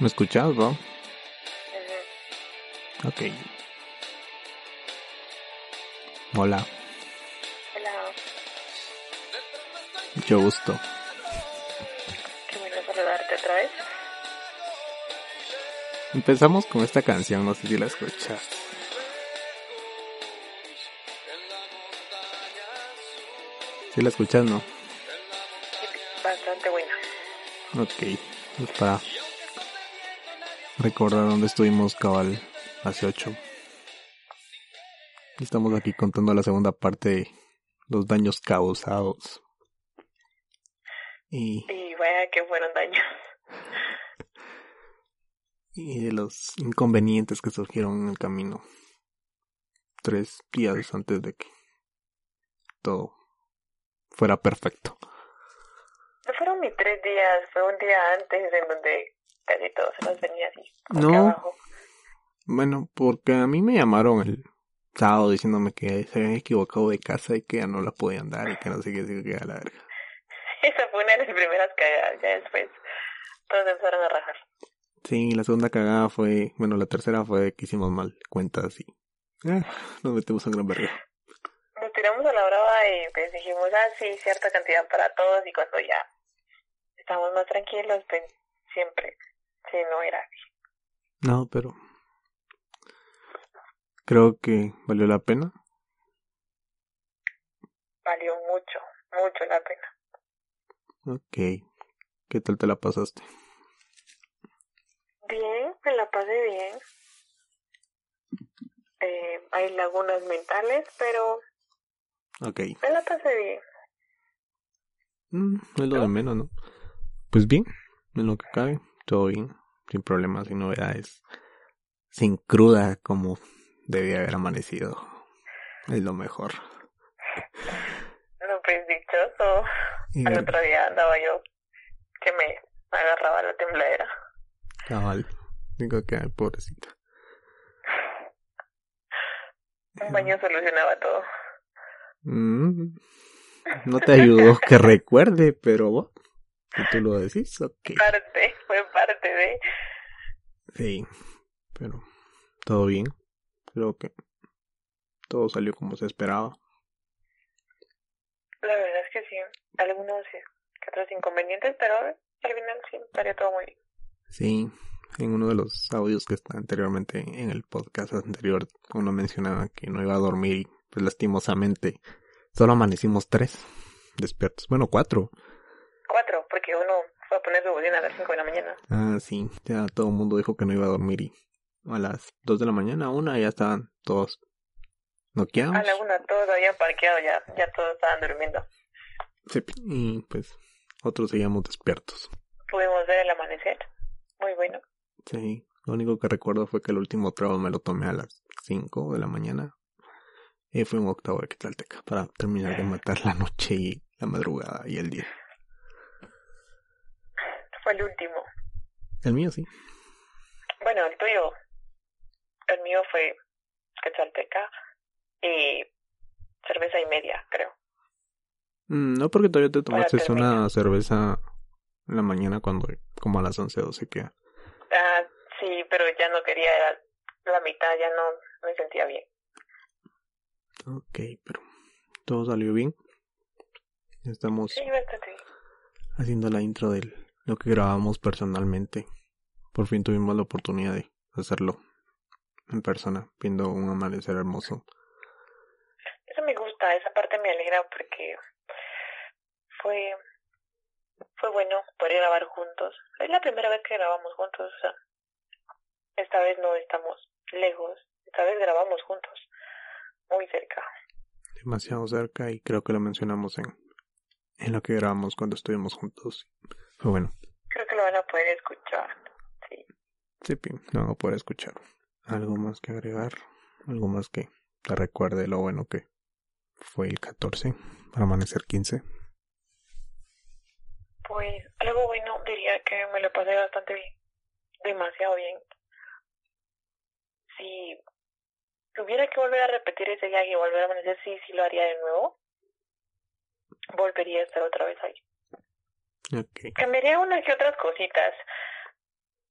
¿Me escuchas, bro? Ok. Hola, Hola, mucho gusto. qué bueno saludarte otra vez. Empezamos con esta canción, no sé si la escuchas. Si la escuchas, no. Bastante buena. Ok, pues para recordar dónde estuvimos cabal hace ocho. Estamos aquí contando la segunda parte de los daños causados. Y, Y vaya que fueron daños. y de los inconvenientes que surgieron en el camino. Tres días antes de que todo fuera perfecto. No fueron ni tres días, fue un día antes en donde casi todos se nos venía así. por No. abajo. Bueno, porque a mí me llamaron el sábado diciéndome que se habían equivocado de casa y que ya no la podían dar y que no sé qué, sí que a la verga. Esa fue una de las primeras cagadas, ya después todos empezaron a rajar. Sí, la segunda cagada fue, bueno, la tercera fue que hicimos mal cuentas y ah, nos metemos en gran verga. Nos tiramos a la brava y pues dijimos, ah, sí, cierta cantidad para todos y cuando ya estamos más tranquilos, pues siempre, si no era así. No, pero creo que valió la pena. Valió mucho, mucho la pena. Ok, ¿qué tal te la pasaste? Bien, me la pasé bien. Eh, hay lagunas mentales, pero Ok, me la pasé bien. mm, es lo de menos, ¿no? Pues bien, en lo que cabe, todo bien, sin problemas, sin novedades, sin cruda como debía haber amanecido. Es lo mejor. No, pues dichoso. Y Al ver- otro día andaba yo que me agarraba la tembladera. Cabal. Digo que, ay, pobrecita. Un baño solucionaba todo. Mm. No te ayudó que recuerde, pero vos, si tú lo decís, ok. Parte, fue parte de. Sí, pero todo bien. Creo que todo salió como se esperaba. La verdad es que sí, algunos sí, que otros inconvenientes, pero al final sí, salió todo muy bien. Sí, en uno de los audios que está anteriormente en el podcast anterior, uno mencionaba que no iba a dormir y pues lastimosamente solo amanecimos tres despiertos. Bueno, cuatro. Cuatro, porque uno fue a poner su bocina a las cinco de la mañana. Ah, sí, ya todo el mundo dijo que no iba a dormir y a las 2 de la mañana, una, ya estaban todos noqueados. A la una todos habían parqueado, ya, ya todos estaban durmiendo. Sí, y pues otros seguíamos despiertos. pudimos ver el amanecer. Muy bueno. Sí, lo único que recuerdo fue que el último trago me lo tomé a las 5 de la mañana. Y fue un octavo de Quetzalteca para terminar de matar la noche y la madrugada y el día. Fue el último. El mío sí. Bueno, el tuyo. El mío fue Quetzalteca y cerveza y media, creo. Mm, No porque todavía te Para tomaste terminar. una cerveza en la mañana cuando como a las 11 o 12 que... Ah, sí, pero ya no quería era la mitad, ya no me sentía bien. Ok, pero todo salió bien. Estamos Sí, bastante bien. haciendo la intro de lo que grabamos personalmente. Por fin tuvimos la oportunidad de hacerlo en persona, viendo un amanecer hermoso. Eso me gusta, esa parte me alegra porque fue fue bueno poder grabar juntos. Es la primera vez que grabamos juntos, o sea, esta vez no estamos lejos, esta vez grabamos juntos, muy cerca. Demasiado cerca y creo que lo mencionamos en, en lo que grabamos cuando estuvimos juntos. Fue bueno. Creo que lo van a poder escuchar. Sí. Sí, Pi, no no puedo escuchar. ¿Algo más que agregar? ¿Algo más que te recuerde lo bueno que fue el 14 para amanecer 15? Pues algo bueno diría que me lo pasé bastante bien, demasiado bien. Si tuviera que volver a repetir ese viaje y volver a amanecer, sí, sí lo haría de nuevo. Volvería a estar otra vez ahí. Ok. Cambiaría unas que otras cositas.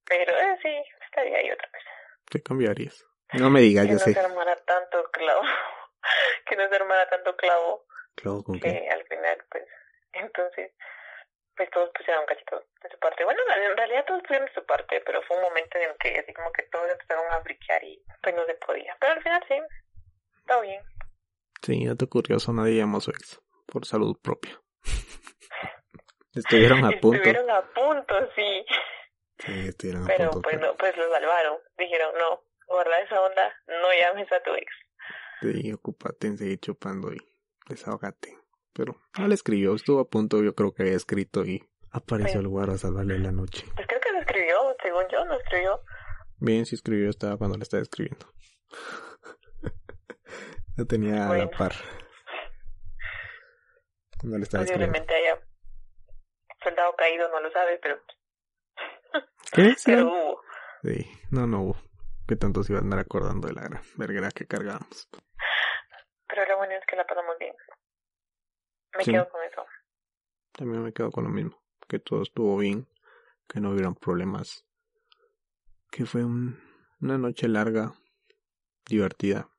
Pero eh, sí, estaría ahí otra vez. ¿Qué cambiarías? No me digas, que Ah, yo no sé. se armara tanto clavo. que no se armara tanto clavo. Claro, ¿con qué? que al final, pues, entonces, pues todos pusieron un cachito de su parte. Bueno, en realidad todos pusieron de su parte, pero fue un momento en el que así como que todos empezaron a friquear y pues no se podía. Pero al final sí, todo bien. Sí, dato curioso, nadie llamó a su ex por salud propia. estuvieron a punto. Estuvieron a punto, sí. Sí, estuvieron a Pero punto. pues pero- no, pues lo salvaron. Dijeron, no, guarda esa onda, no llames a tu ex. Sí, ocúpate en seguir chupando y desahogate. Pero no le escribió, estuvo a punto, yo creo que había escrito y apareció Pero- el guaro a salvarle la noche. Pues creo que lo escribió, según yo, no escribió. Bien, si escribió, estaba cuando le estaba escribiendo. No tenía a Bueno. la par. Cuando le estaba escribiendo. Posiblemente haya soldado caído, no lo sabes, pero, ¿Qué? ¿Sí? pero hubo. Sí, no, no hubo. ¿Qué tanto se iba a andar acordando de la gran verguera que cargábamos? Pero lo bueno es que la pasamos bien. Me Sí. quedo con eso. También me quedo con lo mismo. Que todo estuvo bien. Que no hubieron problemas. Que fue un- una noche larga. Divertida.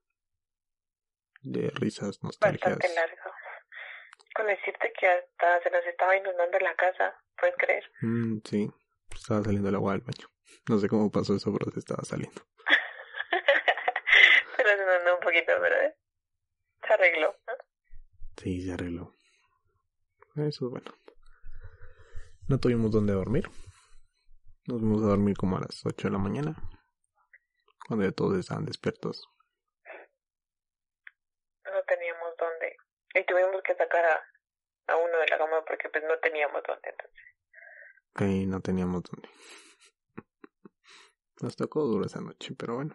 De risas, nostalgias. Bastante largo. Con decirte que hasta se nos estaba inundando la casa, ¿puedes creer? Mm, sí, estaba saliendo el agua del baño. No sé cómo pasó eso, pero se estaba saliendo. pero se inundó un poquito, pero eh, se arregló. Sí, se arregló. Eso es bueno. No tuvimos dónde dormir. Nos fuimos a dormir como a las 8 de la mañana. Cuando ya todos estaban despiertos. No teníamos dónde. Y tuvimos que sacar a, a uno de la cama porque pues no teníamos dónde. Entonces, Y no teníamos dónde. Nos tocó duro esa noche, pero bueno.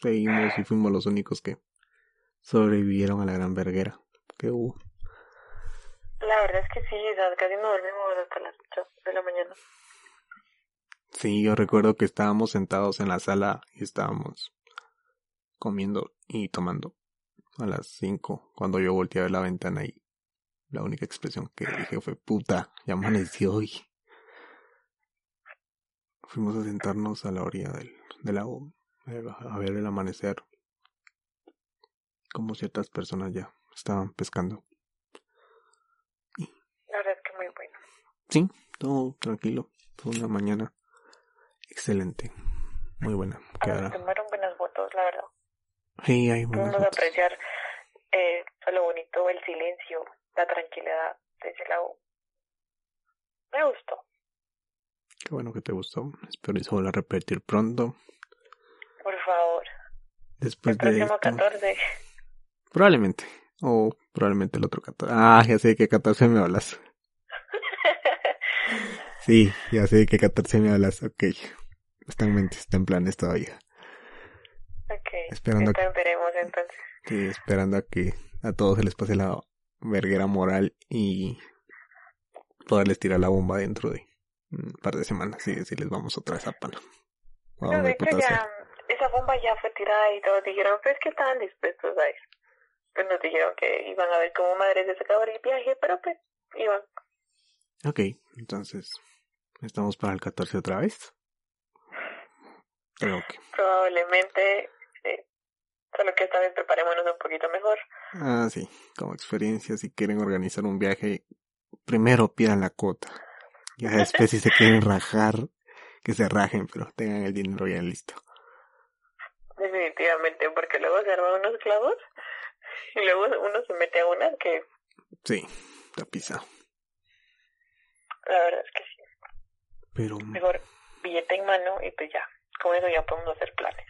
Seguimos y fuimos los únicos que sobrevivieron a la gran verguera que hubo. la verdad es que sí, o sea, casi no dormimos hasta las 8 de la mañana. Sí, yo recuerdo que estábamos sentados en la sala y estábamos comiendo y tomando a las 5 cuando yo volteé a ver la ventana y la única expresión que dije fue puta, ya amaneció hoy. Fuimos a sentarnos a la orilla del, del lago a ver el amanecer como ciertas personas ya estaban pescando. La verdad es que muy bueno. Sí, todo tranquilo. Fue una mañana excelente. Muy buena. Ah, nos Quedará. tomaron buenas fotos, la verdad. Sí, hay buenas Pudimos fotos. apreciar eh, lo bonito, el silencio, la tranquilidad de ese lago. Me gustó. Qué bueno que te gustó. Espero que se vuelva a repetir pronto. Por favor, Después el de próximo esto. 14. Probablemente. O probablemente el otro 14. Ah, ya sé de qué 14 me hablas. Sí, ya sé de qué 14 me hablas. Ok. Está en mente, está en planes todavía. ok, Esperando entonces veremos entonces. Estoy esperando a que a todos se les pase la verguera moral y poderles tirar la bomba dentro de un par de semanas y decirles vamos otra vez a Pana. O a No, de donde hecho puta sea. ya, esa bomba ya fue tirada y todos dijeron, pues que estaban dispuestos a ir. Pues nos dijeron que iban a ver cómo madres se acabó el viaje, pero pues iban. Ok, entonces estamos para el 14 otra vez. Creo que. Probablemente, eh, solo que esta vez preparémonos un poquito mejor. Ah, sí, como experiencia, si quieren organizar un viaje, primero pidan la cuota. Ya después si se quieren rajar, que se rajen, pero tengan el dinero ya listo. Definitivamente, porque luego se arman unos clavos y luego uno se mete a una que Sí, tapiza. la verdad es que sí. Pero... Mejor billete en mano y pues ya, con eso ya podemos hacer planes.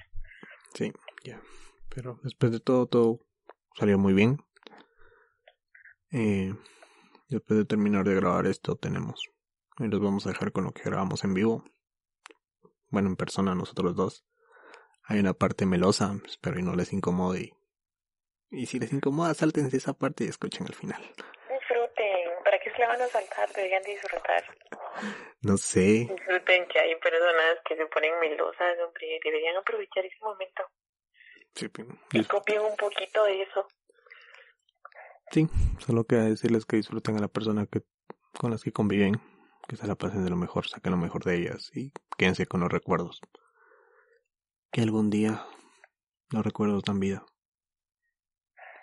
Sí, ya. Pero después de todo, todo salió muy bien. Eh, después de terminar de grabar esto, tenemos. Y los vamos a dejar con lo que grabamos en vivo. Bueno, en persona, nosotros dos. Hay una parte melosa, espero y no les incomode. Y, y si les incomoda, sáltense esa parte y escuchen al final. Disfruten, ¿para qué se la van a saltar? Deberían disfrutar. No sé, Disfruten que hay personas que se ponen melosas, hombre, deberían aprovechar ese momento sí, pues, pero- y copien un poquito de eso. Sí, solo queda decirles que disfruten a la persona que con las que conviven, que se la pasen de lo mejor, saquen lo mejor de ellas y quédense con los recuerdos. Que algún día los recuerdos dan vida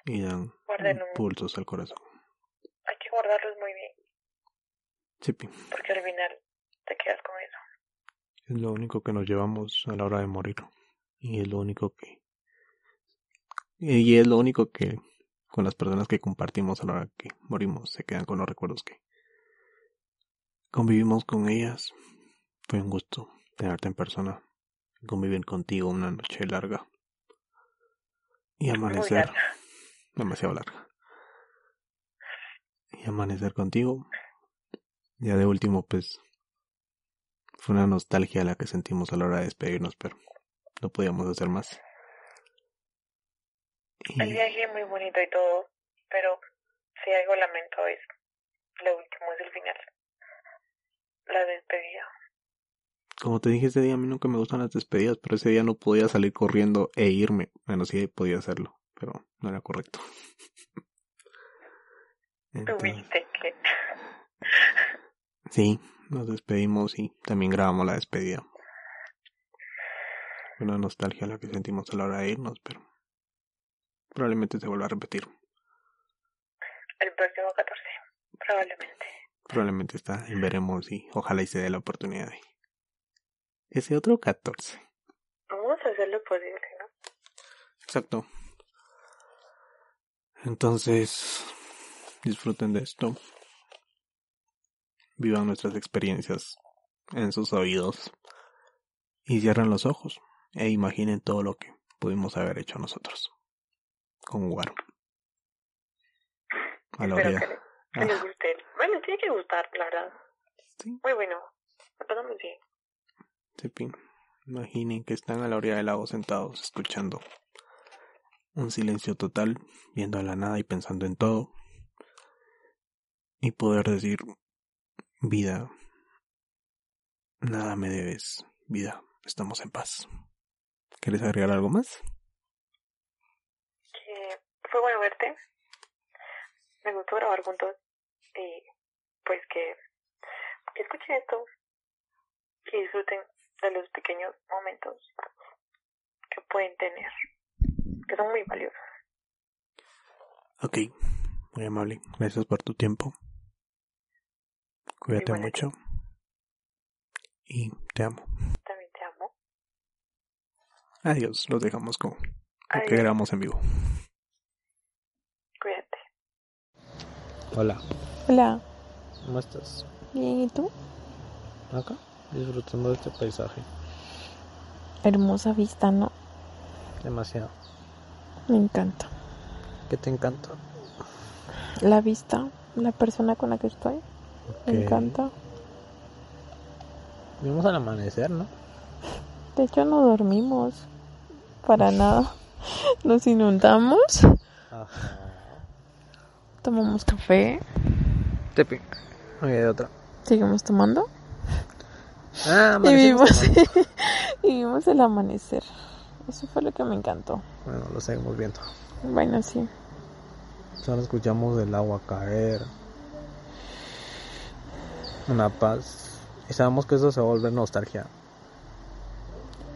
y dan Guarden un- pulsos al corazón. Hay que guardarlos muy bien, Sí, pi, porque al final te quedas con eso. es lo único que nos llevamos a la hora de morir y es lo único que y es lo único que con las personas que compartimos a la hora que morimos se quedan con los recuerdos que convivimos con ellas. Fue un gusto tenerte en persona, convivir contigo una noche larga y amanecer larga. demasiado larga y amanecer contigo. Ya de último, pues fue una nostalgia la que sentimos a la hora de despedirnos, pero no podíamos hacer más. Y- El viaje es muy bonito y todo, pero si algo lamento es lo último, es el final. La despedida. Como te dije ese día, a mí nunca me gustan las despedidas, pero ese día no podía salir corriendo e irme. Bueno, sí podía hacerlo, pero no era correcto. Entonces, Tuviste que... sí, nos despedimos y también grabamos la despedida. Fue Una nostalgia la que sentimos a la hora de irnos, pero probablemente se vuelva a repetir. El próximo 14, probablemente. Probablemente está, y veremos y ojalá y se dé la oportunidad de ese otro 14. Vamos a hacer lo posible, ¿no? Exacto. Entonces, disfruten de esto. Vivan nuestras experiencias en sus oídos. Y cierren los ojos e imaginen todo lo que pudimos haber hecho nosotros. Con Guaro. A la Espero orilla. que Ah, le- que les guste. Bueno, tiene que gustar, la verdad. Sí, Muy bueno. Me pasa muy bien. sí, pin. Imaginen que están a la orilla del lago sentados, escuchando un silencio total, viendo a la nada y pensando en todo. Y poder decir, vida, nada me debes, vida, estamos en paz. ¿Quieres agregar algo más? Que fue bueno verte. Me gustó grabar juntos. Y pues que, que escuchen esto. Que disfruten de los pequeños momentos que pueden tener. Que son muy valiosos. Ok, muy amable, gracias por tu tiempo. Cuídate Igual a ti. mucho. Y te amo. También te amo. Adiós, los dejamos con lo que Adiós. grabamos en vivo. Cuídate. Hola, Hola, ¿cómo estás? bien, ¿y tú? Acá, disfrutando de este paisaje. Hermosa vista, ¿no? Demasiado. Me encanta. ¿Qué te encanta? La vista, la persona con la que estoy, Ok. me encanta. Vimos al amanecer, ¿no? De hecho, no dormimos para nada. Nos inundamos, Ah. Ajá. tomamos café, Te pica. Oye, de otra. seguimos tomando Ah, y amanecimos vimos, tomando. y vimos el amanecer. Eso fue lo que me encantó. Bueno, lo seguimos viendo. Bueno, sí, Solo escuchamos el agua caer. Una paz. Y sabemos que eso se va a volver nostalgia.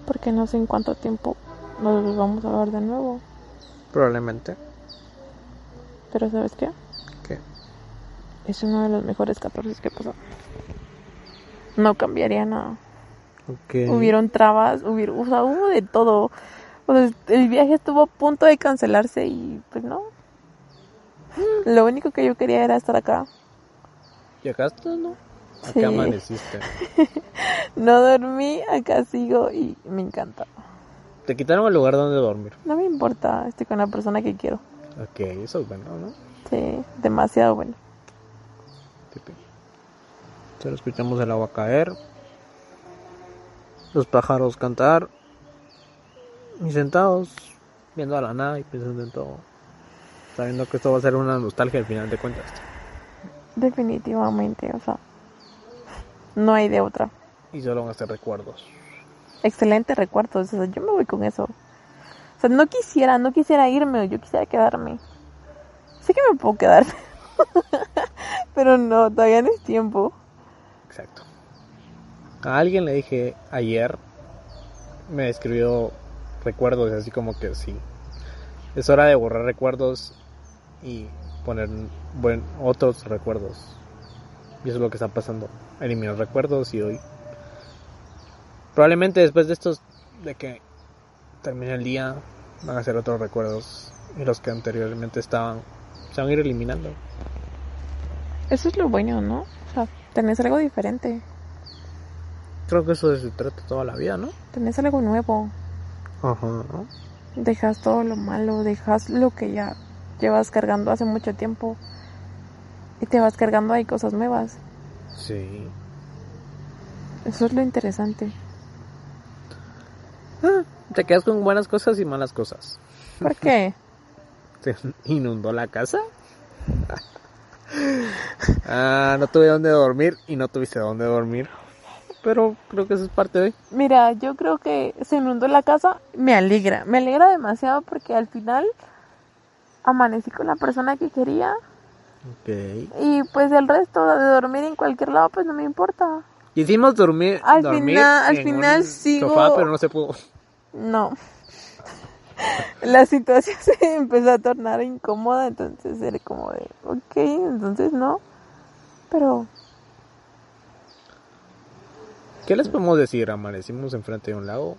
porque no sé en cuánto tiempo nos vamos a ver de nuevo. Probablemente. Pero ¿sabes qué? ¿Qué? Es uno de los mejores 14 que pasó. No cambiaría nada. Ok. Hubieron trabas, hubieron, o sea, hubo de todo. O sea, el viaje estuvo a punto de cancelarse y pues no. Lo único que yo quería era estar acá. ¿Y acá estás, no? Acá Sí. amaneciste. No dormí, acá sigo y me encanta. Te quitaron el lugar donde dormir. No me importa, estoy con la persona que quiero. Ok, eso es bueno, ¿no? Sí, demasiado bueno. Pepe. Solo escuchamos el agua caer, los pájaros cantar, y sentados viendo a la nada y pensando en todo, sabiendo que esto va a ser una nostalgia al final de cuentas. Definitivamente, o sea, no hay de otra. Y solo van a ser recuerdos. excelente recuerdo. o sea, yo me voy con eso. O sea, no quisiera, no quisiera irme, yo quisiera quedarme. Sé que me puedo quedar, pero no, todavía no es tiempo. Exacto. A alguien le dije ayer, me escribió recuerdos, así como que sí. Es hora de borrar recuerdos y poner buen, otros recuerdos. Y eso es lo que está pasando. Eliminar recuerdos y hoy. Probablemente después de estos, de que termine el día, van a ser otros recuerdos. Y los que anteriormente estaban, se van a ir eliminando. Eso es lo bueno, ¿no? O sea, tenés algo diferente, Creo que eso se trata toda la vida, ¿no? tenés algo nuevo, Ajá. dejas todo lo malo, dejas lo que ya llevas cargando hace mucho tiempo y te vas cargando ahí cosas nuevas. Sí. Eso es lo interesante. Te quedas con buenas cosas y malas cosas. ¿Por qué? ¿Se inundó la casa? ah, no tuve dónde dormir y no tuviste dónde dormir. Pero creo que eso es parte de... Mira, yo creo que se inundó la casa, me alegra, me alegra demasiado porque al final amanecí con la persona que quería Ok. y pues el resto de dormir en cualquier lado pues no me importa. Hicimos dormir... Al dormir final- al en final un sigo- Sofá, pero no se pudo. No. La situación se empezó a tornar incómoda, entonces era como de, ok, entonces no. Pero ¿Qué les podemos decir? Amanecimos enfrente de un lago,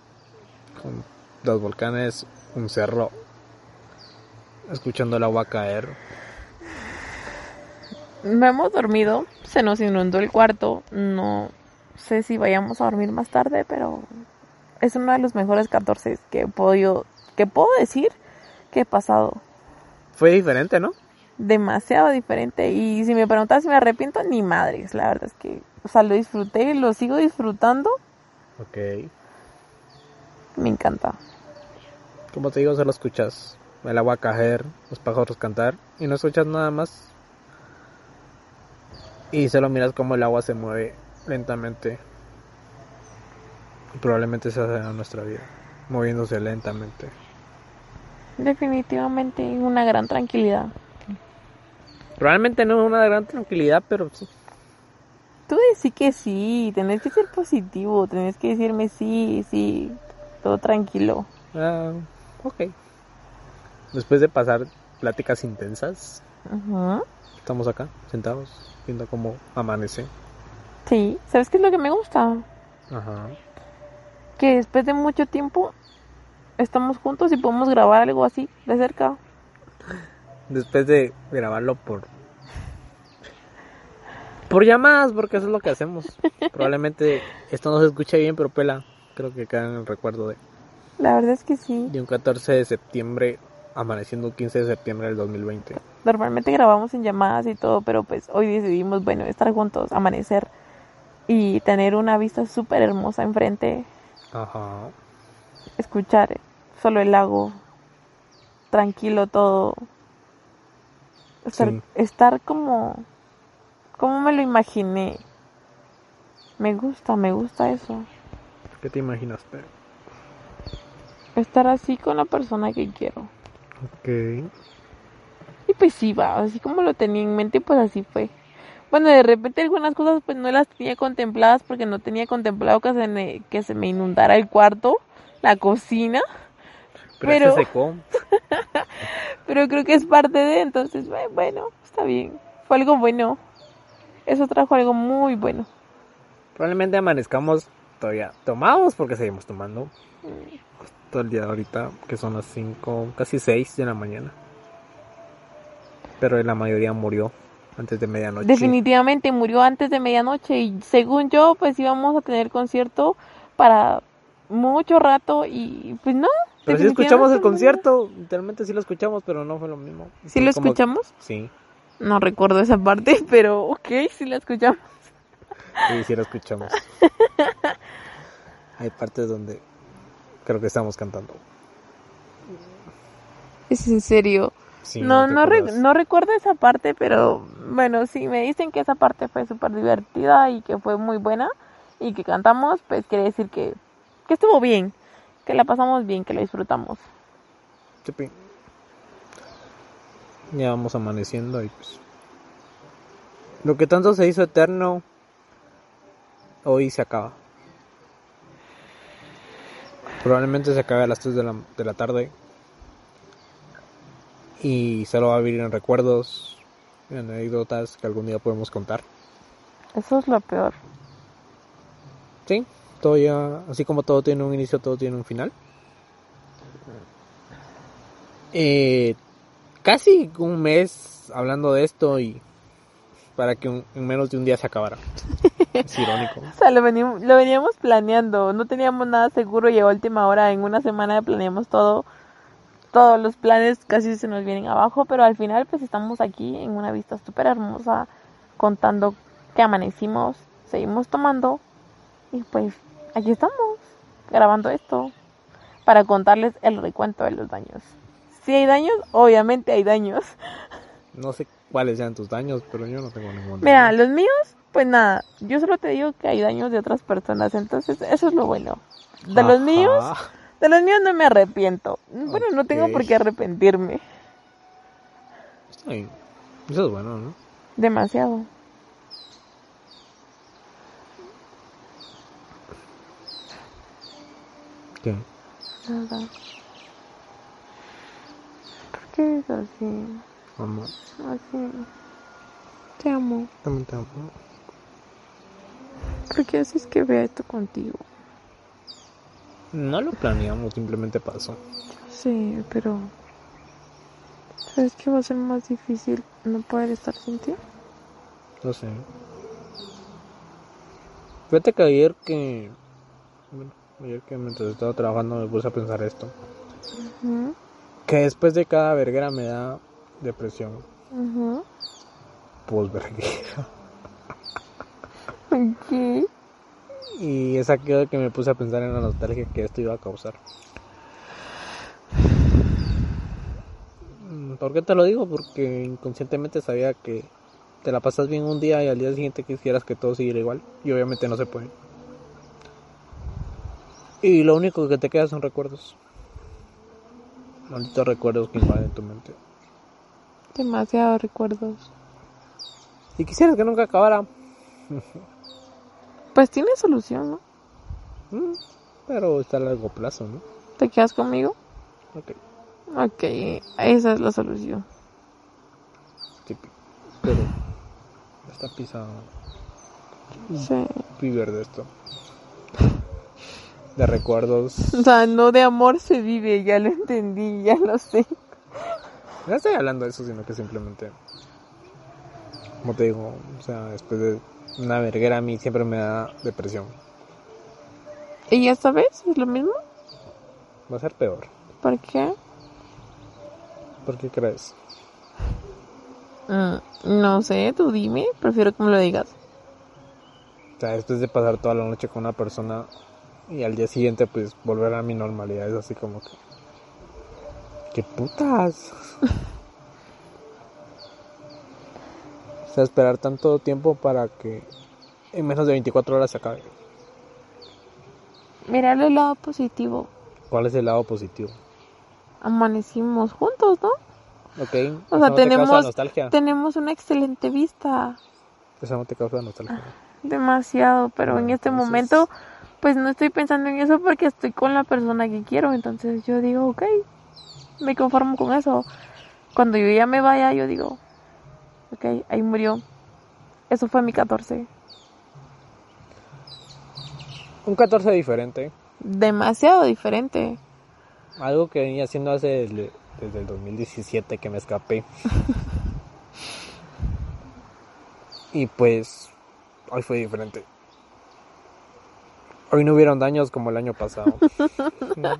con dos volcanes, un cerro, escuchando el agua caer. no hemos dormido, se nos inundó el cuarto, no sé si vayamos a dormir más tarde, pero es uno de los mejores 14 que he podido, que puedo decir que he pasado. Fue diferente, ¿no? demasiado diferente. Y si me preguntas si me arrepiento, ni madres. La verdad es que, o sea, lo disfruté, lo sigo disfrutando. Ok. Me encanta. Como te digo, solo escuchas el agua caer, los pájaros cantar y no escuchas nada más. Y solo miras cómo el agua se mueve lentamente. Y probablemente esa será nuestra vida, moviéndose lentamente. Definitivamente una gran tranquilidad. Probablemente no una gran tranquilidad, pero sí. Tú decís que sí, tenés que ser positivo, tenés que decirme sí, sí, todo tranquilo. Ah, ok. Después de pasar pláticas intensas, Ujú. estamos acá, sentados, viendo cómo amanece. Sí, ¿sabes qué es lo que me gusta? Ajá. Que después de mucho tiempo estamos juntos y podemos grabar algo así de cerca. después de grabarlo por por llamadas porque eso es lo que hacemos probablemente esto no se escuche bien pero pela creo que queda en el recuerdo de, La verdad es que sí. de un 14 de septiembre amaneciendo un 15 de septiembre del 2020 Normalmente grabamos en llamadas y todo, pero pues hoy decidimos, bueno, estar juntos, amanecer y tener una vista súper hermosa enfrente, ajá escuchar solo el lago, tranquilo todo. Estar, Sí. estar como, como me lo imaginé. Me gusta, me gusta eso. qué te imaginaste Estar así con la persona que quiero. Ok. Y pues sí, va, así como lo tenía en mente, pues así fue. Bueno, de repente algunas cosas pues no las tenía contempladas porque no tenía contemplado que se me, que se me inundara el cuarto, la cocina, pero, Pero- este secó pero creo que es parte de, entonces, bue- bueno, está bien. Fue algo bueno. Eso trajo algo muy bueno. probablemente amanezcamos todavía tomamos porque seguimos tomando todo el día de ahorita que son las 5 casi 6 de la mañana pero la mayoría murió antes de medianoche Definitivamente murió antes de medianoche y según yo, pues íbamos a tener concierto para mucho rato y pues no. Pero sí escuchamos el definitivamente no. concierto, literalmente sí lo escuchamos, pero no fue lo mismo. ¿Sí Fue lo como- escuchamos? Sí, No recuerdo esa parte, pero ok, sí la escuchamos. sí, sí lo escuchamos. Hay partes donde creo que estamos cantando. Es en serio. Sí, no, te no, re- acuerdas. no recuerdo esa parte, pero bueno, sí, me dicen que esa parte fue súper divertida y que fue muy buena y que cantamos, pues quiere decir que, que estuvo bien, que la pasamos bien, que lo disfrutamos. Chupi. Ya vamos amaneciendo y pues... Lo que tanto se hizo eterno hoy se acaba. Probablemente se acabe a las 3 de la, de la tarde. Y solo va a vivir en recuerdos, en anécdotas que algún día podemos contar. Eso es lo peor. Sí, todo ya, así como todo tiene un inicio, todo tiene un final. Eh, casi un mes hablando de esto y para que un- en menos de un día se acabara. Es irónico. O sea, lo veníamos, lo veníamos planeando, no teníamos nada seguro y a última hora, en una semana planeamos todo, todos los planes casi se nos vienen abajo, pero al final pues estamos aquí en una vista súper hermosa, contando que amanecimos, seguimos tomando y pues aquí estamos grabando esto para contarles el recuento de los daños. Si hay daños, obviamente hay daños. No sé cuáles sean tus daños, pero yo no tengo ningún daño. Mira, los míos, pues nada, yo solo te digo que hay daños de otras personas, entonces eso es lo bueno. De los Ajá. míos, de los míos no me arrepiento. Bueno, no tengo por Ok. qué arrepentirme Está bien. Eso es bueno, ¿no? demasiado. ¿Qué? Nada. ¿Por qué es así? Mamá, Así. Te amo. también te amo. ¿Por qué haces que vea esto contigo? No lo planeamos, simplemente pasó. Sí, pero... ¿Sabes que va a ser más difícil no poder estar sin ti? No sé. Fíjate que ayer que. Bueno, ayer que mientras estaba trabajando me puse a pensar esto. Ujú, Que después de cada verguera me da depresión pues, ujú. posverguera. Ok. Y es aquello que me puse a pensar en la nostalgia que esto iba a causar. Mm, ¿Por qué te lo digo? Porque inconscientemente sabía que te la pasas bien un día y al día siguiente quisieras que todo siguiera igual. Y obviamente no se puede. Y lo único que te queda son recuerdos. Malditos recuerdos que invaden tu mente. Demasiados recuerdos. Y quisieras que nunca acabara. Pues tiene solución, ¿no? Mm, Pero está a largo plazo, ¿no? ¿Te quedas conmigo? Ok, Ok, esa es la solución. típico. Pero está pisado. Sí. vivir de esto. De recuerdos. O sea, no de amor se vive, ya lo entendí, ya lo sé. No estoy hablando de eso, sino que simplemente. Como te digo, o sea, después de una verguera a mí siempre me da depresión. ¿Y ya sabes? ¿Es lo mismo? Va a ser peor. ¿Por qué? ¿Por qué crees? Mm, no sé, tú dime, prefiero que me lo digas. O sea, después de pasar toda la noche con una persona y al día siguiente, pues volver a mi normalidad es así como que. ¡Qué putas! o sea, esperar tanto tiempo para que en menos de 24 horas se acabe. Mirar el lado positivo. ¿Cuál es el lado positivo? Amanecimos juntos, ¿no? Ok. eso O sea, no te causa tenemos, nostalgia. tenemos una excelente vista. Eso no te causa nostalgia. Demasiado, pero en Ya, este entonces- momento, pues no estoy pensando en eso porque estoy con la persona que quiero. Entonces yo digo, ok, me conformo con eso. Cuando yo ya me vaya, yo digo, ok, ahí murió. Eso fue mi 14. Un 14 diferente. Demasiado diferente. Algo que venía haciendo hace desde, desde el 2017 que me escapé. y pues hoy fue diferente. Hoy no hubieron daños como el año pasado. No,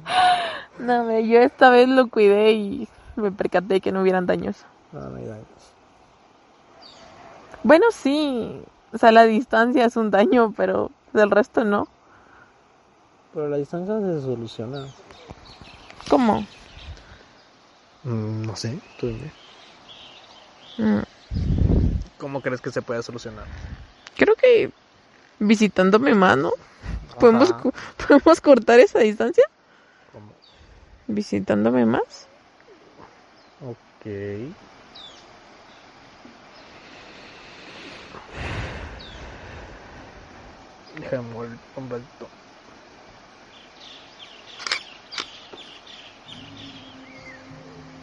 hombre, yo esta vez lo cuidé y me percaté que no hubieran daños. No, no hay daños. Bueno, sí, o sea, la distancia es un daño, pero del resto no. Pero la distancia se soluciona. ¿Cómo? Mm, no sé, tú dime. Mm, ¿Cómo crees que se puede solucionar? Creo que visitándome más, ¿no? ¿Podemos, Ajá. cu- ¿Podemos cortar esa distancia? ¿Cómo? ¿Visitándome más? Ok. Déjame mover un ratito.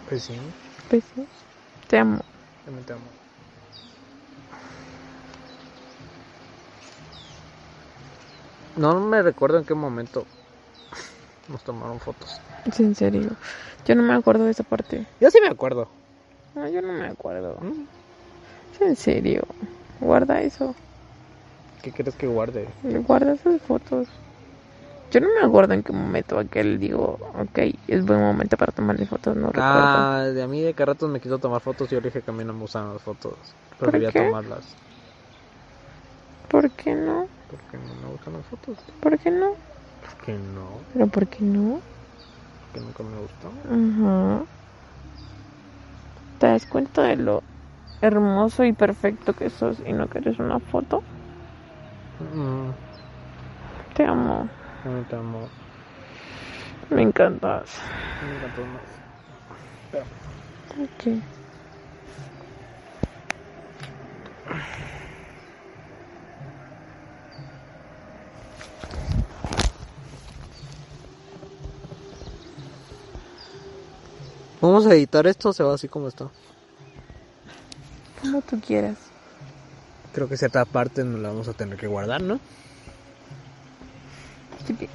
Pues sí, Pues sí. Te amo. también te amo. No me recuerdo en qué momento nos tomaron fotos. Es en serio. Yo no me acuerdo de esa parte. Yo sí me acuerdo. No, yo no me acuerdo. Mm, Es en serio. Guarda eso. ¿Qué crees que guarde? Guarda esas fotos. Yo no me acuerdo en qué momento aquel digo, ok, es buen momento para tomarle fotos, no recuerdo. Ah, de a mí de que a ratos me quiso tomar fotos y yo le dije que a mí no me gustan las fotos. ¿Por Prefería qué? tomarlas. ¿Por qué no? Porque no me gustan las fotos. ¿Por qué no? Porque no, ¿Pero por qué no? porque nunca me gustó. Ajá. ¿Te das cuenta de lo hermoso y perfecto que sos y no querés una foto? Mm, Te amo. no te amo. Me encantas. No me encantó más. Ok. Vamos a editar esto, se va así como está. Como tú quieras. Creo que cierta parte nos la vamos a tener que guardar, ¿no? Así que,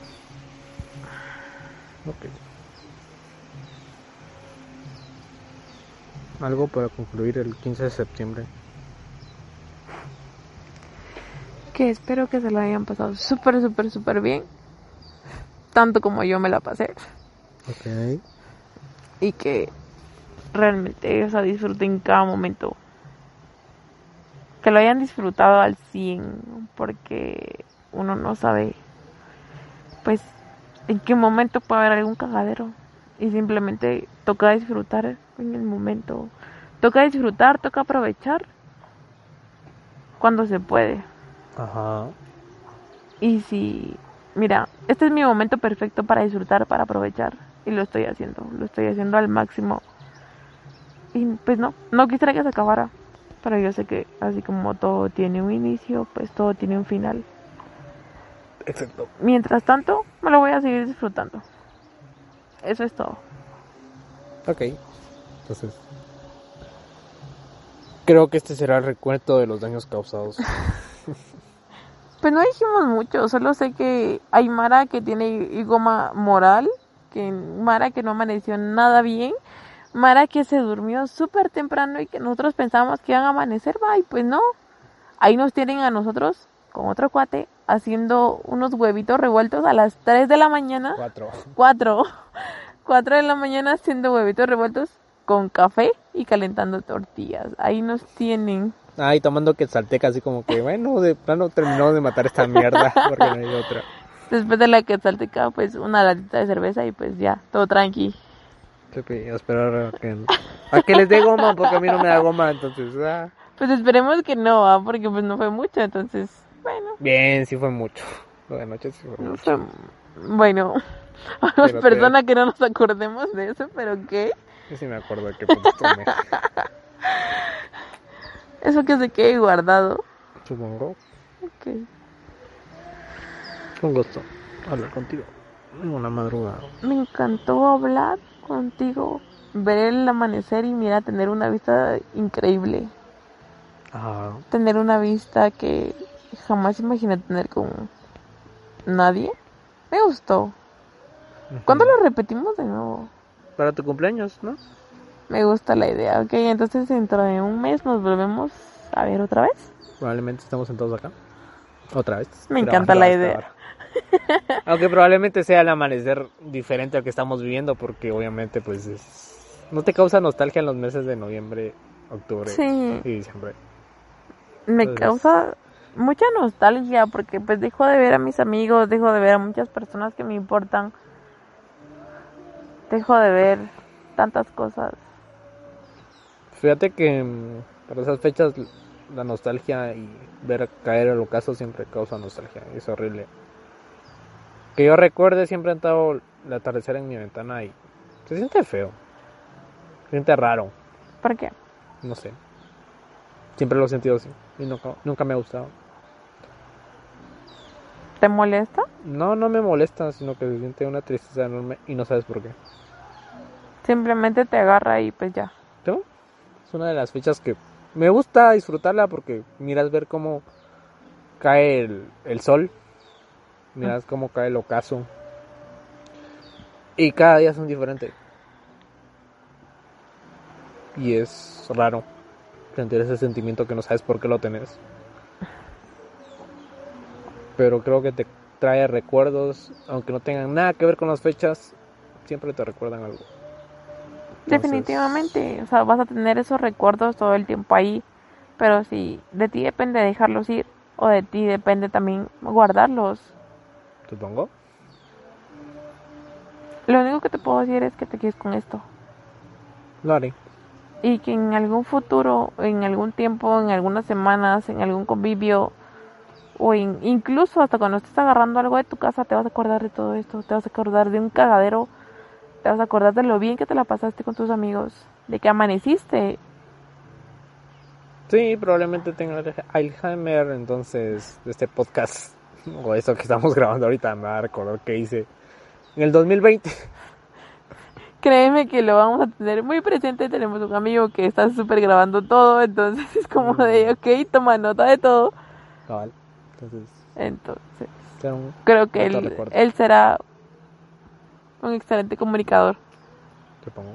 Ok. Algo para concluir el 15 de septiembre. que espero que se lo hayan pasado súper, súper, súper bien. Tanto como yo me la pasé. Ok. Y que realmente, o sea, disfruten cada momento. Que lo hayan disfrutado al 100, porque uno no sabe, pues, en qué momento puede haber algún cagadero. Y simplemente toca disfrutar en el momento. Toca disfrutar, toca aprovechar cuando se puede. Ajá. Y si, mira, este es mi momento perfecto para disfrutar, para aprovechar. Y lo estoy haciendo, lo estoy haciendo al máximo. Y pues no, no quisiera que se acabara. Pero yo sé que así como todo tiene un inicio, pues todo tiene un final. Exacto. Mientras tanto, me lo voy a seguir disfrutando. Eso es todo. Ok. Entonces. Creo que este será el recuento de los daños causados. Pues no dijimos mucho, solo sé que hay Mara que tiene goma moral, que Mara que no amaneció nada bien, Mara que se durmió súper temprano y que nosotros pensábamos que iban a amanecer, va, y pues no. Ahí nos tienen a nosotros, con otro cuate, haciendo unos huevitos revueltos a las 3 de la mañana, Cuatro. 4, 4 de la mañana haciendo huevitos revueltos con café y calentando tortillas. Ahí nos tienen. Ah, y tomando que salteca así como que, bueno, de plano terminamos de matar esta mierda porque no hay otra. Después de la quetzalteca, pues una latita de cerveza y pues ya, todo tranqui. Pepe, a esperar a que, a que les dé goma porque a mí no me da goma, entonces, ah. Pues esperemos que no, ¿va? porque pues no fue mucho, entonces, bueno, Bien, sí fue mucho. Lo de noche sí fue no mucho. fue... Bueno, a las Pero te- personas que no nos acordemos de eso, pero ¿qué? Yo sí me acuerdo de qué punto tomé. Eso que se quede guardado. Supongo. Ok. Con gusto hablar contigo. En una madrugada. Me encantó hablar contigo, ver el amanecer y mira, tener una vista increíble. Ah, Tener una vista que jamás imaginé tener con nadie. Me gustó. ujú. ¿Cuándo lo repetimos de nuevo? Para tu cumpleaños, ¿no? Me gusta la idea, ok. Entonces dentro de un mes nos volvemos a ver otra vez. Probablemente estamos sentados acá. Otra vez. Me encanta Grabando la a idea. esta hora. Aunque probablemente sea el amanecer diferente al que estamos viviendo, porque obviamente, pues, es... no te causa nostalgia en los meses de noviembre, octubre Sí. y diciembre. Me Entonces- causa mucha nostalgia porque pues dejo de ver a mis amigos, dejo de ver a muchas personas que me importan. Dejo de ver tantas cosas. Fíjate que mm, para esas fechas la nostalgia y ver caer el ocaso siempre causa nostalgia, es horrible. Que yo recuerde siempre he entrado el atardecer en mi ventana y se siente feo, se siente raro, ¿Por qué? no sé. Siempre lo he sentido así y nunca, nunca me ha gustado. ¿Te molesta? No, no me molesta, sino que se siente una tristeza enorme y no sabes por qué. Simplemente te agarra y pues ya. ¿No? Es una de las fechas que me gusta disfrutarla porque miras ver cómo cae el, el sol, miras cómo cae el ocaso. Y cada día son diferentes. Y es raro sentir ese sentimiento que no sabes por qué lo tenés. Pero creo que te trae recuerdos, aunque no tengan nada que ver con las fechas, siempre te recuerdan algo. Entonces, Definitivamente, o sea, vas a tener esos recuerdos todo el tiempo ahí, pero si de ti depende dejarlos ir o de ti depende también guardarlos. Supongo. Lo único que te puedo decir es que te quedes con esto Lo haré. y que en algún futuro, en algún tiempo, en algunas semanas, en algún convivio o in- incluso hasta cuando estés agarrando algo de tu casa te vas a acordar de todo esto, te vas a acordar de un cagadero, te vas a acordar de lo bien que te la pasaste con tus amigos, de que amaneciste. Sí, probablemente tenga Alej- Alzheimer, entonces este podcast o eso que estamos grabando ahorita me va a recordar que hice en el 2020. Créeme que lo vamos a tener muy presente, tenemos un amigo que está súper grabando todo, entonces es como de, ok, toma nota de todo. Cabal. Entonces, Entonces, será un- creo que Otro él, recuerdo. él será un excelente comunicador. supongo.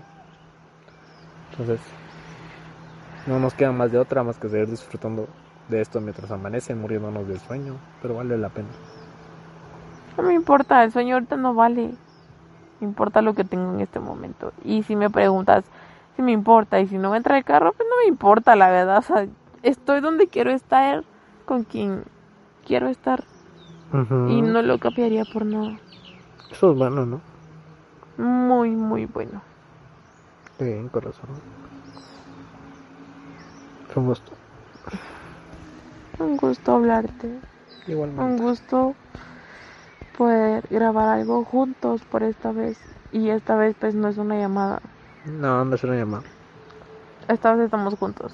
Entonces, no nos queda más de otra más que seguir disfrutando de esto mientras amanece, muriéndonos del sueño, pero vale la pena. No me importa, el sueño ahorita no vale. Me importa lo que tengo en este momento. Y si me preguntas si me importa y si no me entra el carro, pues no me importa, la verdad. O sea, estoy donde quiero estar, con quien quiero estar. Y no lo cambiaría por nada. Eso es bueno, ¿no? Muy, muy bueno. Qué bien, corazón. Fue un gusto. Un gusto hablarte. Un Igualmente. gusto poder grabar algo juntos por esta vez. Y esta vez pues no es una llamada. No, no se lo llama. Esta vez estamos juntos.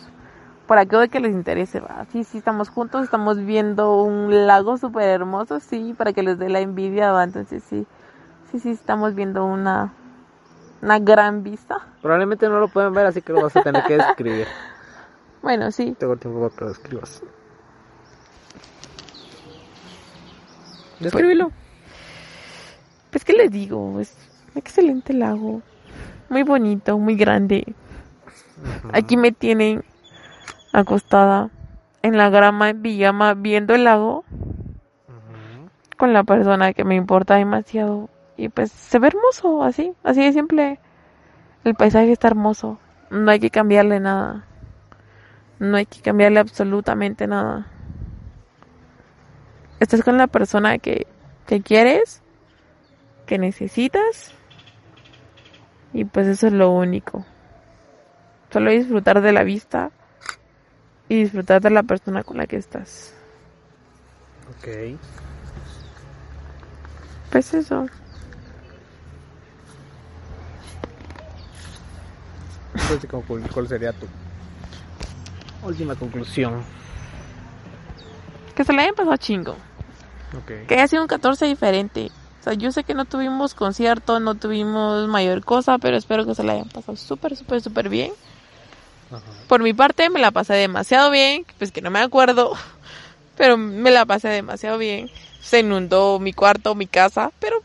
Por aquello de que les interese, va. Sí, sí, estamos juntos, estamos viendo un lago súper hermoso, sí, para que les dé la envidia, va. Entonces, sí, sí, sí, estamos viendo una, una gran vista. Probablemente no lo pueden ver, así que lo vas a tener que describir. Bueno, sí, Tengo tiempo para que lo escribas. Descríbelo. pues, ¿qué les digo? Es un excelente lago. Muy bonito, muy grande. Aquí me tienen acostada en la grama, en pijama, viendo el lago. con la persona que me importa demasiado. Y pues se ve hermoso, así, así de simple. El paisaje está hermoso. No hay que cambiarle nada. No hay que cambiarle absolutamente nada. Estás con la persona que, que quieres, que necesitas. Y pues eso es lo único. Solo disfrutar de la vista y disfrutar de la persona con la que estás. Ok. Pues eso. Entonces, ¿cómo- ¿cuál sería tu última conclusión? Que se le hayan pasado chingo. Ok. que haya sido un 14 diferente. O sea, yo sé que no tuvimos concierto, no tuvimos mayor cosa, pero espero que se la hayan pasado súper, súper, súper bien. Ajá. Por mi parte, me la pasé demasiado bien, pues que no me acuerdo, pero me la pasé demasiado bien. Se inundó mi cuarto, mi casa, pero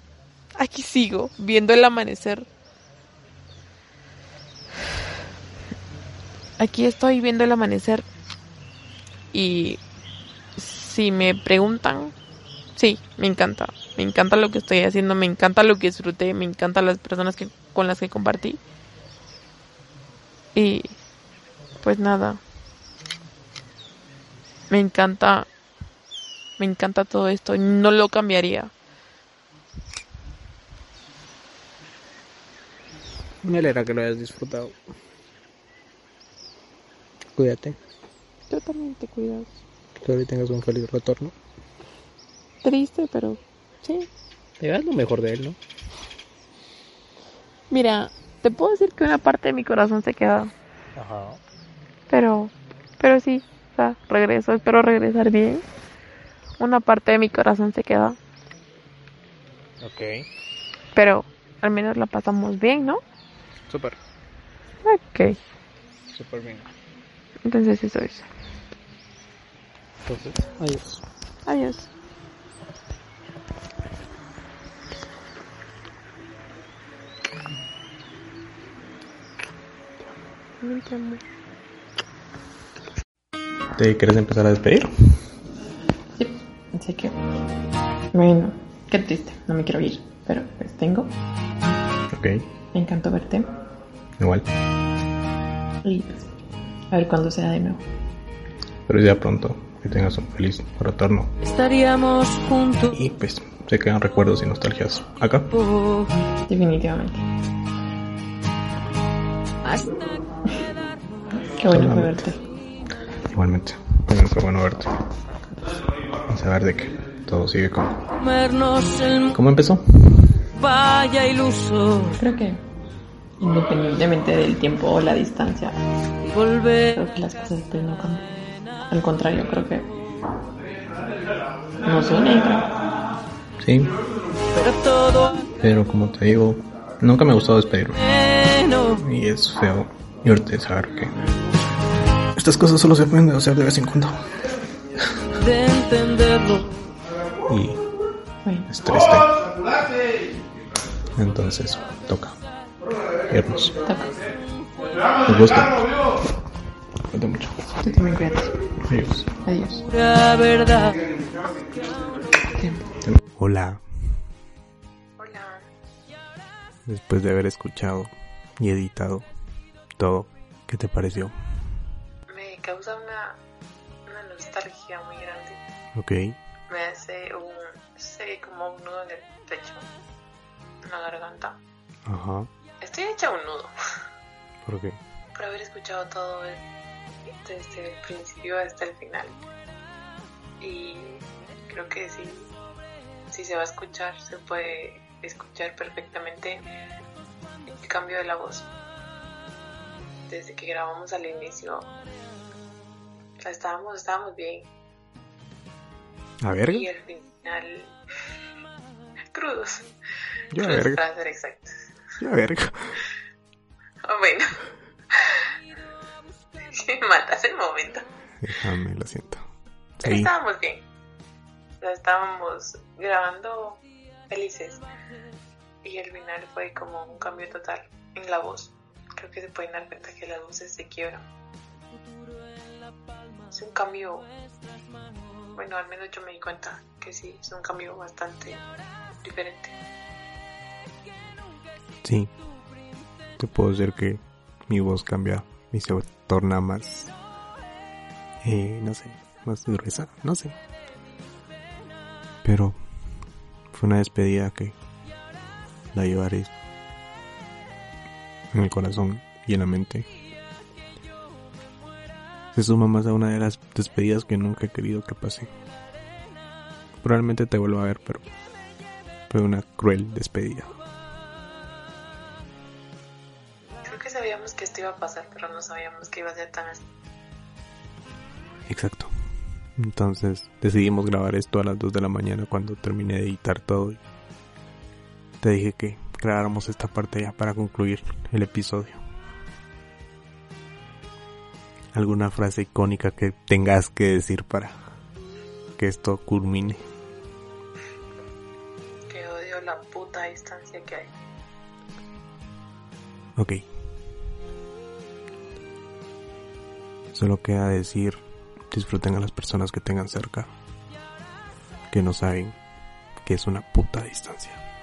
aquí sigo, viendo el amanecer. Aquí estoy viendo el amanecer. Y si me preguntan, sí, me encanta. Me encanta lo que estoy haciendo, me encanta lo que disfruté, me encantan las personas que, con las que compartí. Y pues nada. Me encanta. Me encanta todo esto. No lo cambiaría. Me alegra que lo hayas disfrutado. Cuídate. Yo también te cuidas. Que hoy tengas un feliz retorno. Triste, pero sí. Te das lo mejor de él, ¿no? Mira, te puedo decir que una parte de mi corazón se queda. Ajá. Pero, pero sí. O sea, regreso. Espero regresar bien. una parte de mi corazón se quedó. Ok, Pero al menos la pasamos bien, ¿no? súper, Ok, súper bien. entonces eso es. Entonces, adiós. Adiós. Vente, amor. ¿Te quieres empezar a despedir? Así que, bueno, qué triste, no me quiero ir, pero pues tengo. Ok, Me encantó verte igual. y pues, a ver cuándo sea de nuevo. Pero ya pronto, que tengas un feliz retorno. Estaríamos juntos. Y pues, se quedan recuerdos y nostalgias acá. Definitivamente. Hasta quedarnos. Qué bueno fue Totalmente. verte. Igualmente, también fue bueno verte. Y saber de que todo sigue como... Comernos el ¿Cómo empezó? vaya iluso. Creo que, independientemente del tiempo o la distancia, Volver. creo que las cosas pues no cambian. Al contrario, creo que nos une, creo. Sí, Pero todo pero como te digo, nunca me ha gustado despedirme. menos. Y es feo. Y ahorita de saber que... Estas cosas solo se pueden hacer de vez en cuando. De entenderlo. Y Bueno, es triste. Entonces, toca. Irnos. toca. Nos gusta. Cuenta mucho. Tú también cuídate. Adiós. Adiós. La verdad. Hola. Hola. después de haber escuchado y editado todo. ¿Qué te pareció? Me causa una, una nostalgia muy grande. Ok, Me hace un. sé como un nudo en el pecho, en la garganta. ajá, Estoy hecha un nudo ¿por qué? por haber escuchado todo el- desde el principio hasta el final. Y creo que sí, si se va a escuchar, se puede escuchar perfectamente el cambio de la voz. Desde que grabamos al inicio, la estábamos, estábamos bien. ¿A verga? Y al final, crudos. Yo a Crudos verga, para ser exactos. yo a verga. Oh, Bueno. Matas el momento. Déjame, lo siento. Pero Sí, Estábamos bien. Lo estábamos grabando felices. Y al final fue como un cambio total en la voz. Creo que se pueden dar cuenta que las voces se quiebran. Es un cambio. Bueno, al menos yo me di cuenta que sí, es un cambio bastante diferente. sí. Te puedo decir que mi voz cambia y se torna más... Eh, no sé, más gruesa, no sé. Pero fue una despedida que la llevaré en el corazón y en la mente. Se suma más a una de las despedidas que nunca he querido que pase. Probablemente te vuelva a ver, pero fue una cruel despedida. Creo que sabíamos que esto iba a pasar, pero no sabíamos que iba a ser tan así. Exacto. Entonces decidimos grabar esto a las 2 de la mañana cuando terminé de editar todo. y te dije que grabáramos esta parte ya para concluir el episodio. ¿Alguna frase icónica que tengas que decir para que esto culmine? Que odio la puta distancia que hay. Ok. Solo queda decir, disfruten a las personas que tengan cerca, que no saben que es una puta distancia.